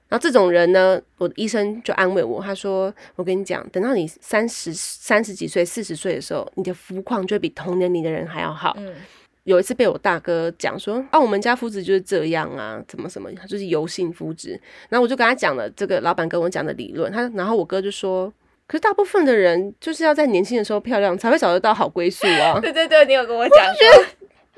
C: 然后这种人呢，我的医生就安慰我，他说：“我跟你讲，等到你三十三十几岁、四十岁的时候，你的肤况就会比同年龄的人还要好。” (laughs)
B: 嗯
C: 有一次被我大哥讲说，啊，我们家肤质就是这样啊，怎么什么，就是油性肤质。然后我就跟他讲了这个老板跟我讲的理论，他然后我哥就说，可是大部分的人就是要在年轻的时候漂亮，才会找得到好归宿
B: (laughs)
C: 啊，
B: 对对对，你有跟我讲过，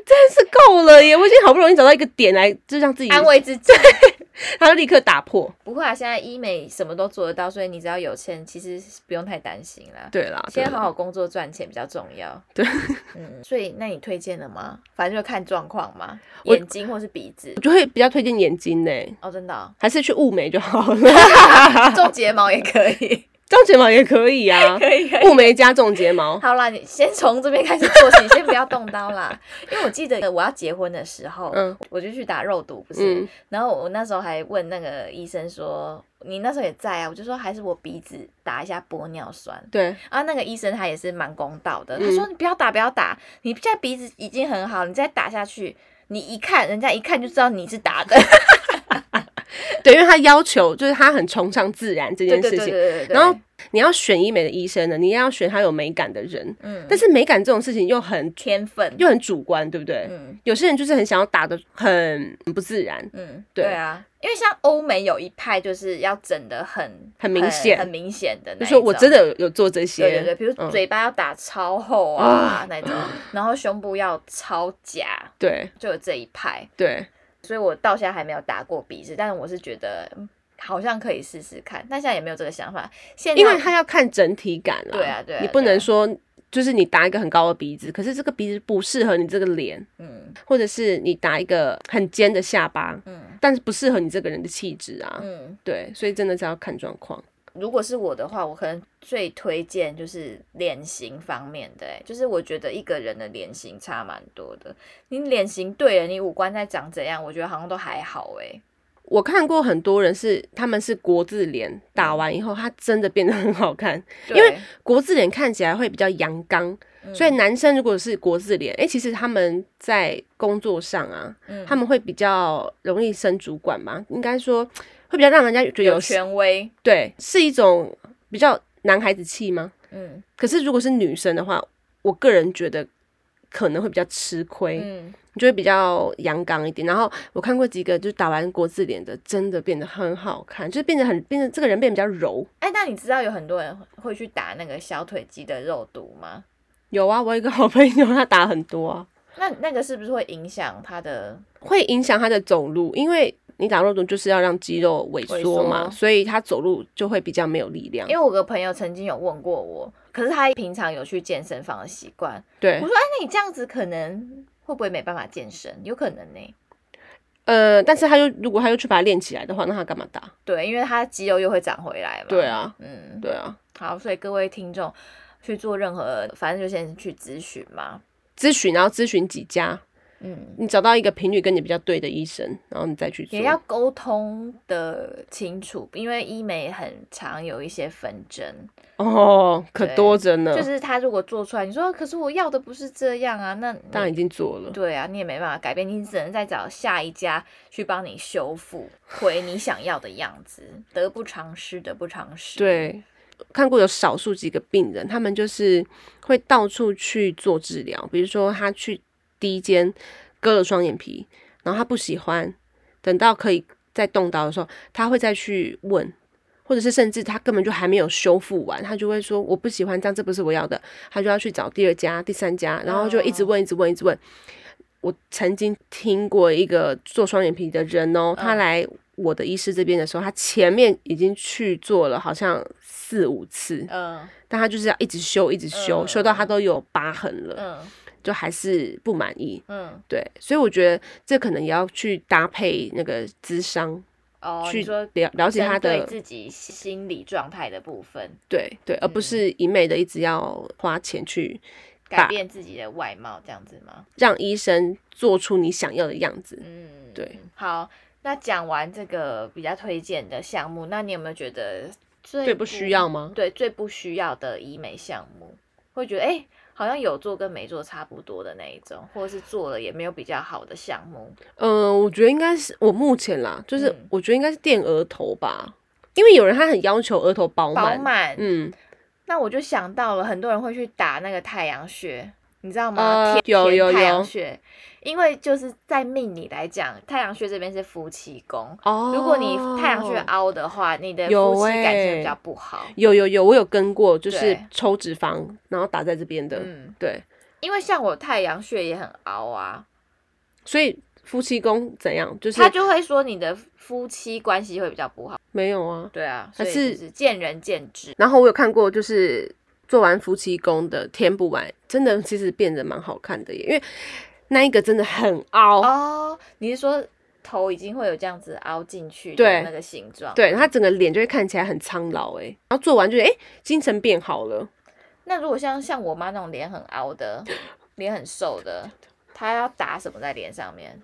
C: 真是够了耶！我已经好不容易找到一个点来，就让自己，
B: 安慰自己。 (laughs)
C: 他就立刻打破。
B: 不会啊，现在医美什么都做得到，所以你只要有钱，其实是不用太担心啦。
C: 对啦，啊对
B: 先
C: 啦
B: 好好工作赚钱比较重要。
C: 对，
B: 嗯，所以那你推荐了吗？反正就看状况嘛，
C: 我
B: 眼睛或是鼻子
C: 我。就会比较推荐眼睛呢，
B: 哦，真的哦、
C: 还是去雾眉就好了，
B: (laughs) 种睫毛也可以，
C: 种睫毛也 (laughs) 可以啊，
B: (laughs) 可以可以。
C: 雾眉加种睫毛。
B: 好啦，你先从这边开始做起， (laughs) 先不要动刀啦。因为我记得我要结婚的时候，
C: 嗯
B: 我就去打肉毒，不是？
C: 嗯，
B: 然后我那时候还问那个医生说：“你那时候也在啊？”我就说：“还是我鼻子打一下玻尿酸。”
C: 对，
B: 啊，那个医生他也是蛮公道的，他
C: 嗯
B: 说你不要打，不要打，你现在鼻子已经很好，你再打下去，你一看人家一看就知道你是打的。
C: 对，因为他要求就是他很崇尚自然这
B: 对
C: 件
B: 对
C: 事
B: 对
C: 情
B: 对，对对。
C: 然后你要选医美的医生呢，你也要选他有美感的人。
B: 嗯，
C: 但是美感这种事情又很
B: 天分，
C: 又很主观，对不对？
B: 嗯
C: 有些人就是很想要打的很很不自然，
B: 嗯，
C: 对
B: 对啊，因为像欧美有一派就是要整的很
C: 很明显
B: 很明显的那
C: 就
B: 一
C: 说我真
B: 种。
C: 的有有做这些，
B: 对对对，比如
C: 嗯
B: 嘴巴要打超厚啊、 (laughs) 那种，然后胸部要超夹，
C: 对
B: 就有这一派。
C: 对
B: 所以我到现在还没有打过鼻子，但是我是觉得嗯好像可以试试看，但现在也没有这个想法。现在
C: 因为他要看整体感啦。
B: 对啊对啊
C: 你不
B: 对
C: 能
B: 啊
C: 说就是你打一个很高的鼻子，可是这个鼻子不适合你这个脸，
B: 嗯
C: 或者是你打一个很尖的下巴，
B: 嗯
C: 但是不适合你这个人的气质啊。
B: 嗯，
C: 对，所以真的是要看状况。
B: 如果是我的话，我可能最推荐就是脸型方面的、欸，就是我觉得一个人的脸型差蛮多的。你脸型对了，你五官在长怎样，我觉得好像都还好哎、
C: 我看过很多人是他们是国字脸，打完以后他真的变得很好看。
B: 对
C: 因为国字脸看起来会比较阳刚，
B: 嗯
C: 所以男生如果是国字脸，诶，其实他们在工作上啊，
B: 嗯
C: 他们会比较容易升主管嘛，应该说会比较让人家觉得有
B: 有权威，
C: 对，是一种比较男孩子气吗？
B: 嗯
C: 可是如果是女生的话，我个人觉得可能会比较吃亏，
B: 嗯，
C: 你就会比较阳刚一点。然后我看过几个就是打完国字脸的，真的变得很好看，就是变得很变得这个人变得比较柔。
B: 哎、那你知道有很多人会去打那个小腿肌的肉毒吗？
C: 有啊，我有一个好朋友，他打很多啊，
B: 那那个是不是会影响他的
C: 会影响他的走路，因为你打肉毒就是要让肌肉萎
B: 萎
C: 缩嘛，
B: 缩
C: 所以他走路就会比较没有力量
B: 因。为我有个朋友曾经有问过我，可是他平常有去健身房的习惯。
C: 对
B: 我，说：“哎，那你这样子可能会不会没办法健身？有可能呢、欸
C: 呃，但是他又如果他又去把它练起来的话，那他干嘛打？
B: 对，因为他肌肉又会长回来嘛。
C: 对，啊，
B: 嗯，
C: 对啊。
B: 好，所以各位听众去做任何，反正就先去咨询嘛。
C: 咨询，然后咨询几家，
B: 嗯，
C: 你找到一个频率跟你比较对的医生，然后你再去做。
B: 也要沟通的清楚，因为医美很常有一些纷争，
C: 哦，可
B: 对
C: 多着呢，
B: 就是他如果做出来，你说可是我要的不是这样啊，那
C: 当然
B: 你
C: 已经做了。
B: 对啊，你也没办法改变，你只能再找下一家去帮你修复回你想要的样子，得不偿失，得不偿失。，
C: 对，看过有少数几个病人，他们就是会到处去做治疗，比如说他去第一间割了双眼皮，然后他不喜欢，等到可以再动刀的时候，他会再去问。或者是甚至他根本就还没有修复完，他就会说我不喜欢这样，这不是我要的，他就要去找第二家、第三家，然后就一直问、一直问、一直问。我曾经听过一个做双眼皮的人哦，他
B: 嗯
C: 来我的医师这边的时候，他前面已经去做了好像四五次，
B: 嗯
C: 但他就是要一直修，一直修，
B: 嗯
C: 修到他都有疤痕了，
B: 嗯
C: 就还是不满意。
B: 嗯，
C: 对，所以我觉得这可能也要去搭配那个咨商，
B: 哦，
C: 去
B: 你说
C: 了了解他
B: 针对
C: 的
B: 自己心理状态的部分，
C: 对对，而不
B: 嗯
C: 是一昧的一直要花钱去
B: 改
C: 把
B: 变自己的外貌这样子吗？
C: 让医生做出你想要的样子。
B: 嗯，
C: 对。
B: 好，那讲完这个比较推荐的项目，那你有没有觉得最
C: 最不需要吗？
B: 对最不需要的医美项目，会觉得哎、诶好像有做跟没做差不多的那一种，或者是做了也没有比较好的项目。
C: 嗯，我觉得应该是我目前啦，就是
B: 嗯
C: 我觉得应该是垫额头吧，因为有人他很要求额头饱
B: 饱
C: 满。
B: 满，
C: 嗯，
B: 那我就想到了，很多人会去打那个太阳穴，你知道
C: 呃
B: 吗？贴
C: 有
B: 贴
C: 有
B: 太阳
C: 有
B: 穴，因为就是在命理来讲，太阳穴这边是夫妻宫。
C: 哦，
B: 如果你太阳穴啊凹的话，你的
C: 有
B: 夫妻感
C: 欸
B: 情比较不好。
C: 有有有，我有跟过，就是
B: 对
C: 抽脂肪，然后打在这边的，
B: 嗯，
C: 对，
B: 因为像我太阳穴也很凹啊，
C: 所以夫妻宫怎样？就是
B: 他就会说你的夫妻关系会比较不好。
C: 没有啊。
B: 对啊，
C: 还
B: 所以
C: 是
B: 就是见仁见智。
C: 然后我有看过，就是做完夫妻宫的填补完，真的其实变得蛮好看的耶，因为那一个真的很凹，
B: 哦，你是说头已经会有这样子凹进去
C: 对
B: 的那个形状？
C: 对他整个脸就会看起来很苍老哎。然后做完就哎、诶精神变好了，
B: 那如果像像我妈那种脸很凹的，脸很瘦的，她要打什么在脸上面？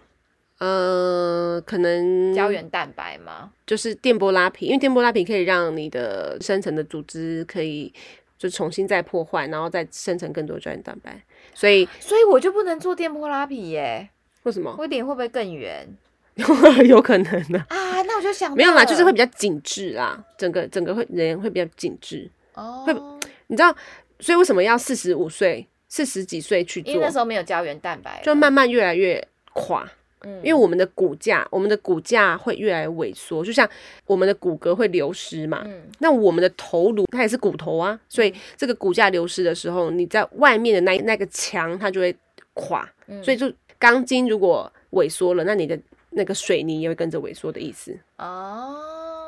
C: 呃，可能
B: 胶原蛋白吗？
C: 就是电波拉皮，因为电波拉皮可以让你的深层的组织可以就重新再破坏，然后再生成更多胶原蛋白。
B: (laughs)
C: 所以
B: 所以我就不能做电波拉皮耶、
C: 为什么 (laughs)
B: 我脸会不会更圆
C: 有可能呢、
B: 啊？那我就想
C: 没有啦，
B: 到
C: 就是会
B: 了
C: 比较紧致啦，整个整个会人会比较紧致。
B: 哦，
C: 会你知道，所以为什么要四十五岁、四十几岁去
B: 因为那
C: 做
B: 时，候没有胶原蛋白了，
C: 就慢慢越来越垮。
B: 嗯，
C: 因为我们的骨架，我们的骨架会越来越萎缩，就像我们的骨骼会流失嘛。
B: 嗯
C: 那我们的头颅它也是骨头啊，所以这个骨架流失的时候，你在外面的那那个墙它就会垮，
B: 嗯
C: 所以就钢筋如果萎缩了，那你的那个水泥也会跟着萎缩的意思。
B: 哦，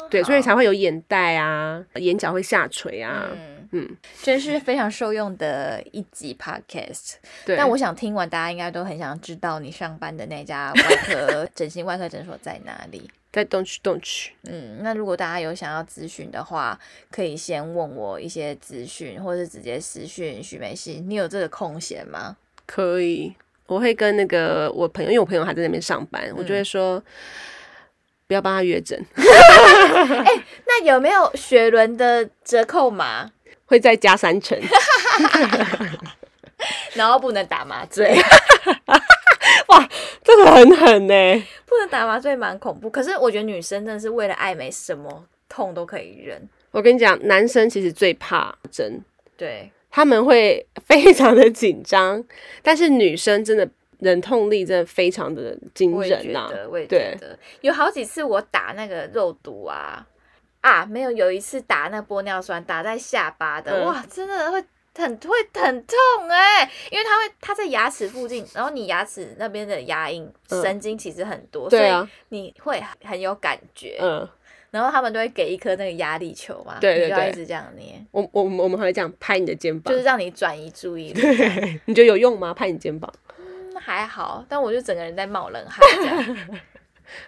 C: 对，所以
B: 好
C: 才会有眼袋啊，眼角会下垂啊。
B: 嗯
C: 嗯，
B: 真是非常受用的一集 podcast。
C: (laughs) 对，
B: 但我想听完，大家应该都很想知道你上班的那家外
C: (laughs)
B: 科整形外科诊所在哪里。
C: 在动去动去，
B: 嗯，那如果大家有想要咨询的话，可以先问我一些资讯，或是直接私讯许美欣。你有这个空闲吗？
C: 可以，我会跟那个我朋友，因为我朋友还在那边上
B: 嗯
C: 班，我就会说不要帮他约诊， (laughs)
B: 那有没有雪伦的折扣码？
C: 会再加三
B: (laughs)
C: 成，
B: 然后不能打麻醉， (laughs)
C: 这个很狠呢、
B: 不能打麻醉蛮恐怖。可是我觉得女生真的是为了爱美，什么痛都可以忍。
C: 我跟你讲，男生其实最怕针，
B: 对，
C: 他们会非常的紧张，但是女生真的忍痛力真的非常的惊
B: 我也觉
C: 人呐、啊
B: 得，我也觉
C: 对，
B: 得有好几次我打那个肉毒啊啊，没有，有一次打那玻尿酸打在下巴的，
C: 嗯
B: 哇，真的会很会很痛哎、因为它会它在牙齿附近，然后你牙齿那边的牙龈
C: 嗯
B: 神经其实很多，
C: 对啊
B: 所以你会很有感觉。
C: 嗯，
B: 然后他们都会给一颗那个压力球嘛，
C: 对对
B: 你就要
C: 对
B: 一直这样捏，
C: 我我我们还会讲拍你的肩膀，
B: 就是让你转移注意力。
C: (laughs) 你觉得有用吗？拍你肩膀
B: 嗯还好，但我就整个人在冒冷汗这
C: (laughs)
B: 样。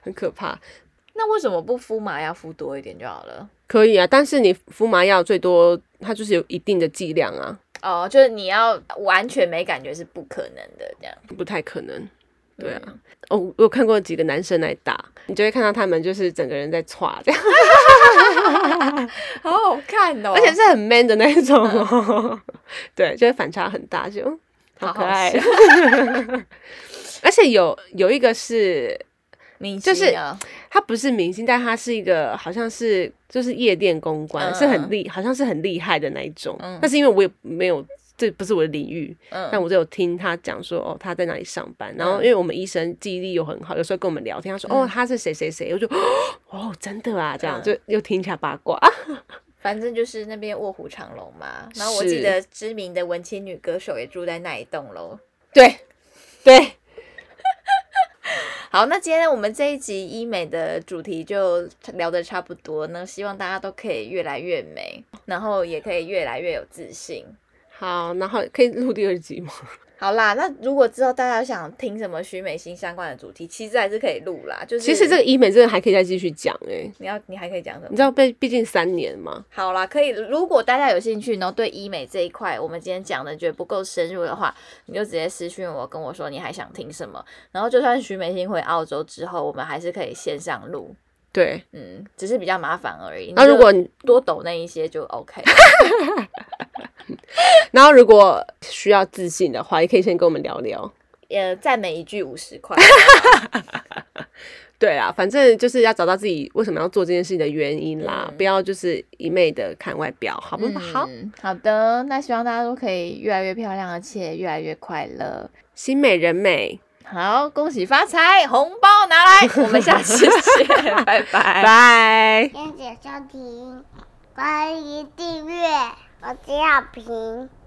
C: 很可怕，
B: 那为什么不敷麻药敷多一点就好了？
C: 可以啊，但是你敷麻药最多它就是有一定的剂量啊，
B: 哦，就是你要完全没感觉是不可能的，这样。嗯
C: 不太可能。对啊，哦，我有看过几个男生来打，你就会看到他们就是整个人在歘这样，
B: 好好看哦嗯
C: 而且是很 man 的那一种、哦， (laughs) 对，就会反差很大，就
B: 好
C: 可
B: 好
C: 爱啊
B: 笑。
C: 而且有有一个是
B: 明
C: 就
B: 星
C: 是
B: 啊
C: 他不是明星，但他是一个好像是就是夜店公关，
B: 嗯
C: 是很厉，好像是很厉害的那一种。
B: 嗯
C: 但是因为我也没有，这不是我的领域，
B: 嗯
C: 但我就有听他讲说，哦，他在哪里上班。然后因为我们医生记忆力又很好，有时候跟我们聊天，他说，哦，他是谁谁谁，我就，哦，真的啊，这
B: 嗯
C: 样就又听一下八卦。啊
B: 反正就是那边卧虎藏龙嘛。然后我记
C: 是
B: 得知名的文青女歌手也住在那一栋楼。
C: 对，对，
B: 好，那今天我们这一集医美的主题就聊得差不多呢，希望大家都可以越来越美，然后也可以越来越有自信。
C: 好，然后可以录第二集吗？
B: 好啦，那如果之后大家想听什么徐美心相关的主题，其实还是可以录啦。就是
C: 其实这个医美真的还可以再继续讲哎、
B: 你要你还可以讲什
C: 你
B: 么？
C: 知道被毕竟三年嘛，
B: 好啦，可以。如果大家有兴趣，然后对医美这一块我们今天讲的觉得不够深入的话，你就直接私讯我，跟我说你还想听什么。然后就算徐美心回澳洲之后，我们还是可以线上录，
C: 对。
B: 嗯，只是比较麻烦而已。
C: 那如果
B: 你就多抖那一些就
C: (laughs)
B: OK。
C: 然后如果需要自信的话，也可以先跟我们聊聊。
B: 呃，赞美一句五十
C: (laughs)
B: 块。
C: 对啦，反正就是要找到自己为什么要做这件事情的原因啦，
B: 嗯
C: 不要就是一昧的看外表，好不好？
B: 嗯，好的，那希望大家都可以越来越漂亮，而且越来越快乐。
C: 心美人美，
B: 好，恭喜发财，红包拿来！我们下次
C: (laughs)
B: 见，拜拜。
C: 拜。
A: 谢谢收听，欢迎订阅，我是小平。